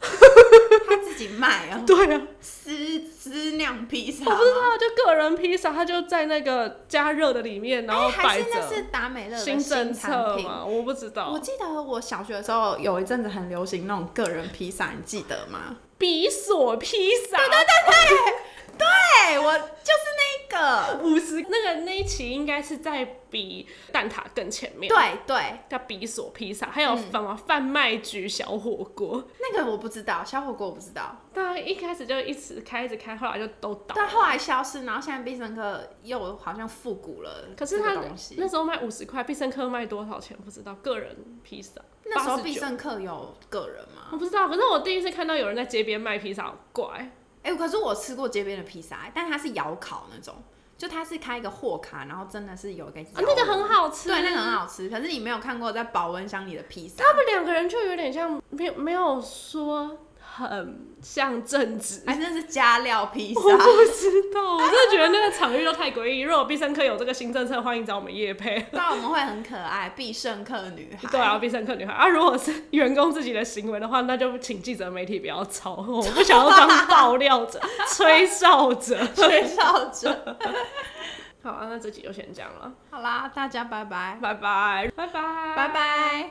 Speaker 2: 他自己卖啊
Speaker 1: 对啊，
Speaker 2: 私私酿披萨
Speaker 1: 我
Speaker 2: 吗，
Speaker 1: 不知道，就个人披萨，他就在那个加热的里面，然后
Speaker 2: 哎还
Speaker 1: 摆
Speaker 2: 是那是
Speaker 1: 着。
Speaker 2: 达美乐的
Speaker 1: 新政
Speaker 2: 产
Speaker 1: 策
Speaker 2: 品。
Speaker 1: 嘛，我不知
Speaker 2: 我
Speaker 1: 道。
Speaker 2: 记得我小学的时候有一阵子很流行那种个人披萨，你记得吗？
Speaker 1: 比索披萨，
Speaker 2: 对，
Speaker 1: 哎
Speaker 2: 我就是那个，
Speaker 1: 五十那个那一期应该是在比蛋挞更前面。
Speaker 2: 对嗯对，
Speaker 1: 叫比索披萨，还有什么贩卖局小火锅，
Speaker 2: 那个我不知道，小火锅我不知道，
Speaker 1: 大家一开始就一直开，一直开，后来就都倒了。
Speaker 2: 但后来消失，然后现在必胜客又好像复古了这个东
Speaker 1: 可是
Speaker 2: 西。
Speaker 1: 他那时候卖五十块，必胜客卖多少钱不知道，个人披萨
Speaker 2: 那时候
Speaker 1: 89
Speaker 2: 必胜嗯客有个人吗？
Speaker 1: 我不知道，可是我第一次看到有人在街边卖披萨，好怪。
Speaker 2: 哎、可是我吃过街边的披萨，但它是窑烤那种，就它是开一个货卡，然后真的是有一个窑、
Speaker 1: 啊，那个很好吃，
Speaker 2: 对，那个很。好吃。可是你没有看过在保温箱里的披 萨，
Speaker 1: 他们两个人就有点像，没有没有说很像正直。
Speaker 2: 哎，那是加料披 萨
Speaker 1: 我。不知道，我真的觉得那个场域都太诡异。如果必胜客有这个新政策，欢迎找我们叶 配。
Speaker 2: 不然我们会很可爱，必胜客女孩。
Speaker 1: 对啊，必胜客女孩啊，如果是员工自己的行为的话，那就请记者媒体不要抄，我不想要当爆料 者、吹哨者。
Speaker 2: 吹哨者。
Speaker 1: 好啊，那这集就先这样了，啊
Speaker 2: 好啦，大家拜拜，
Speaker 1: 拜拜，拜拜，
Speaker 2: 拜。拜。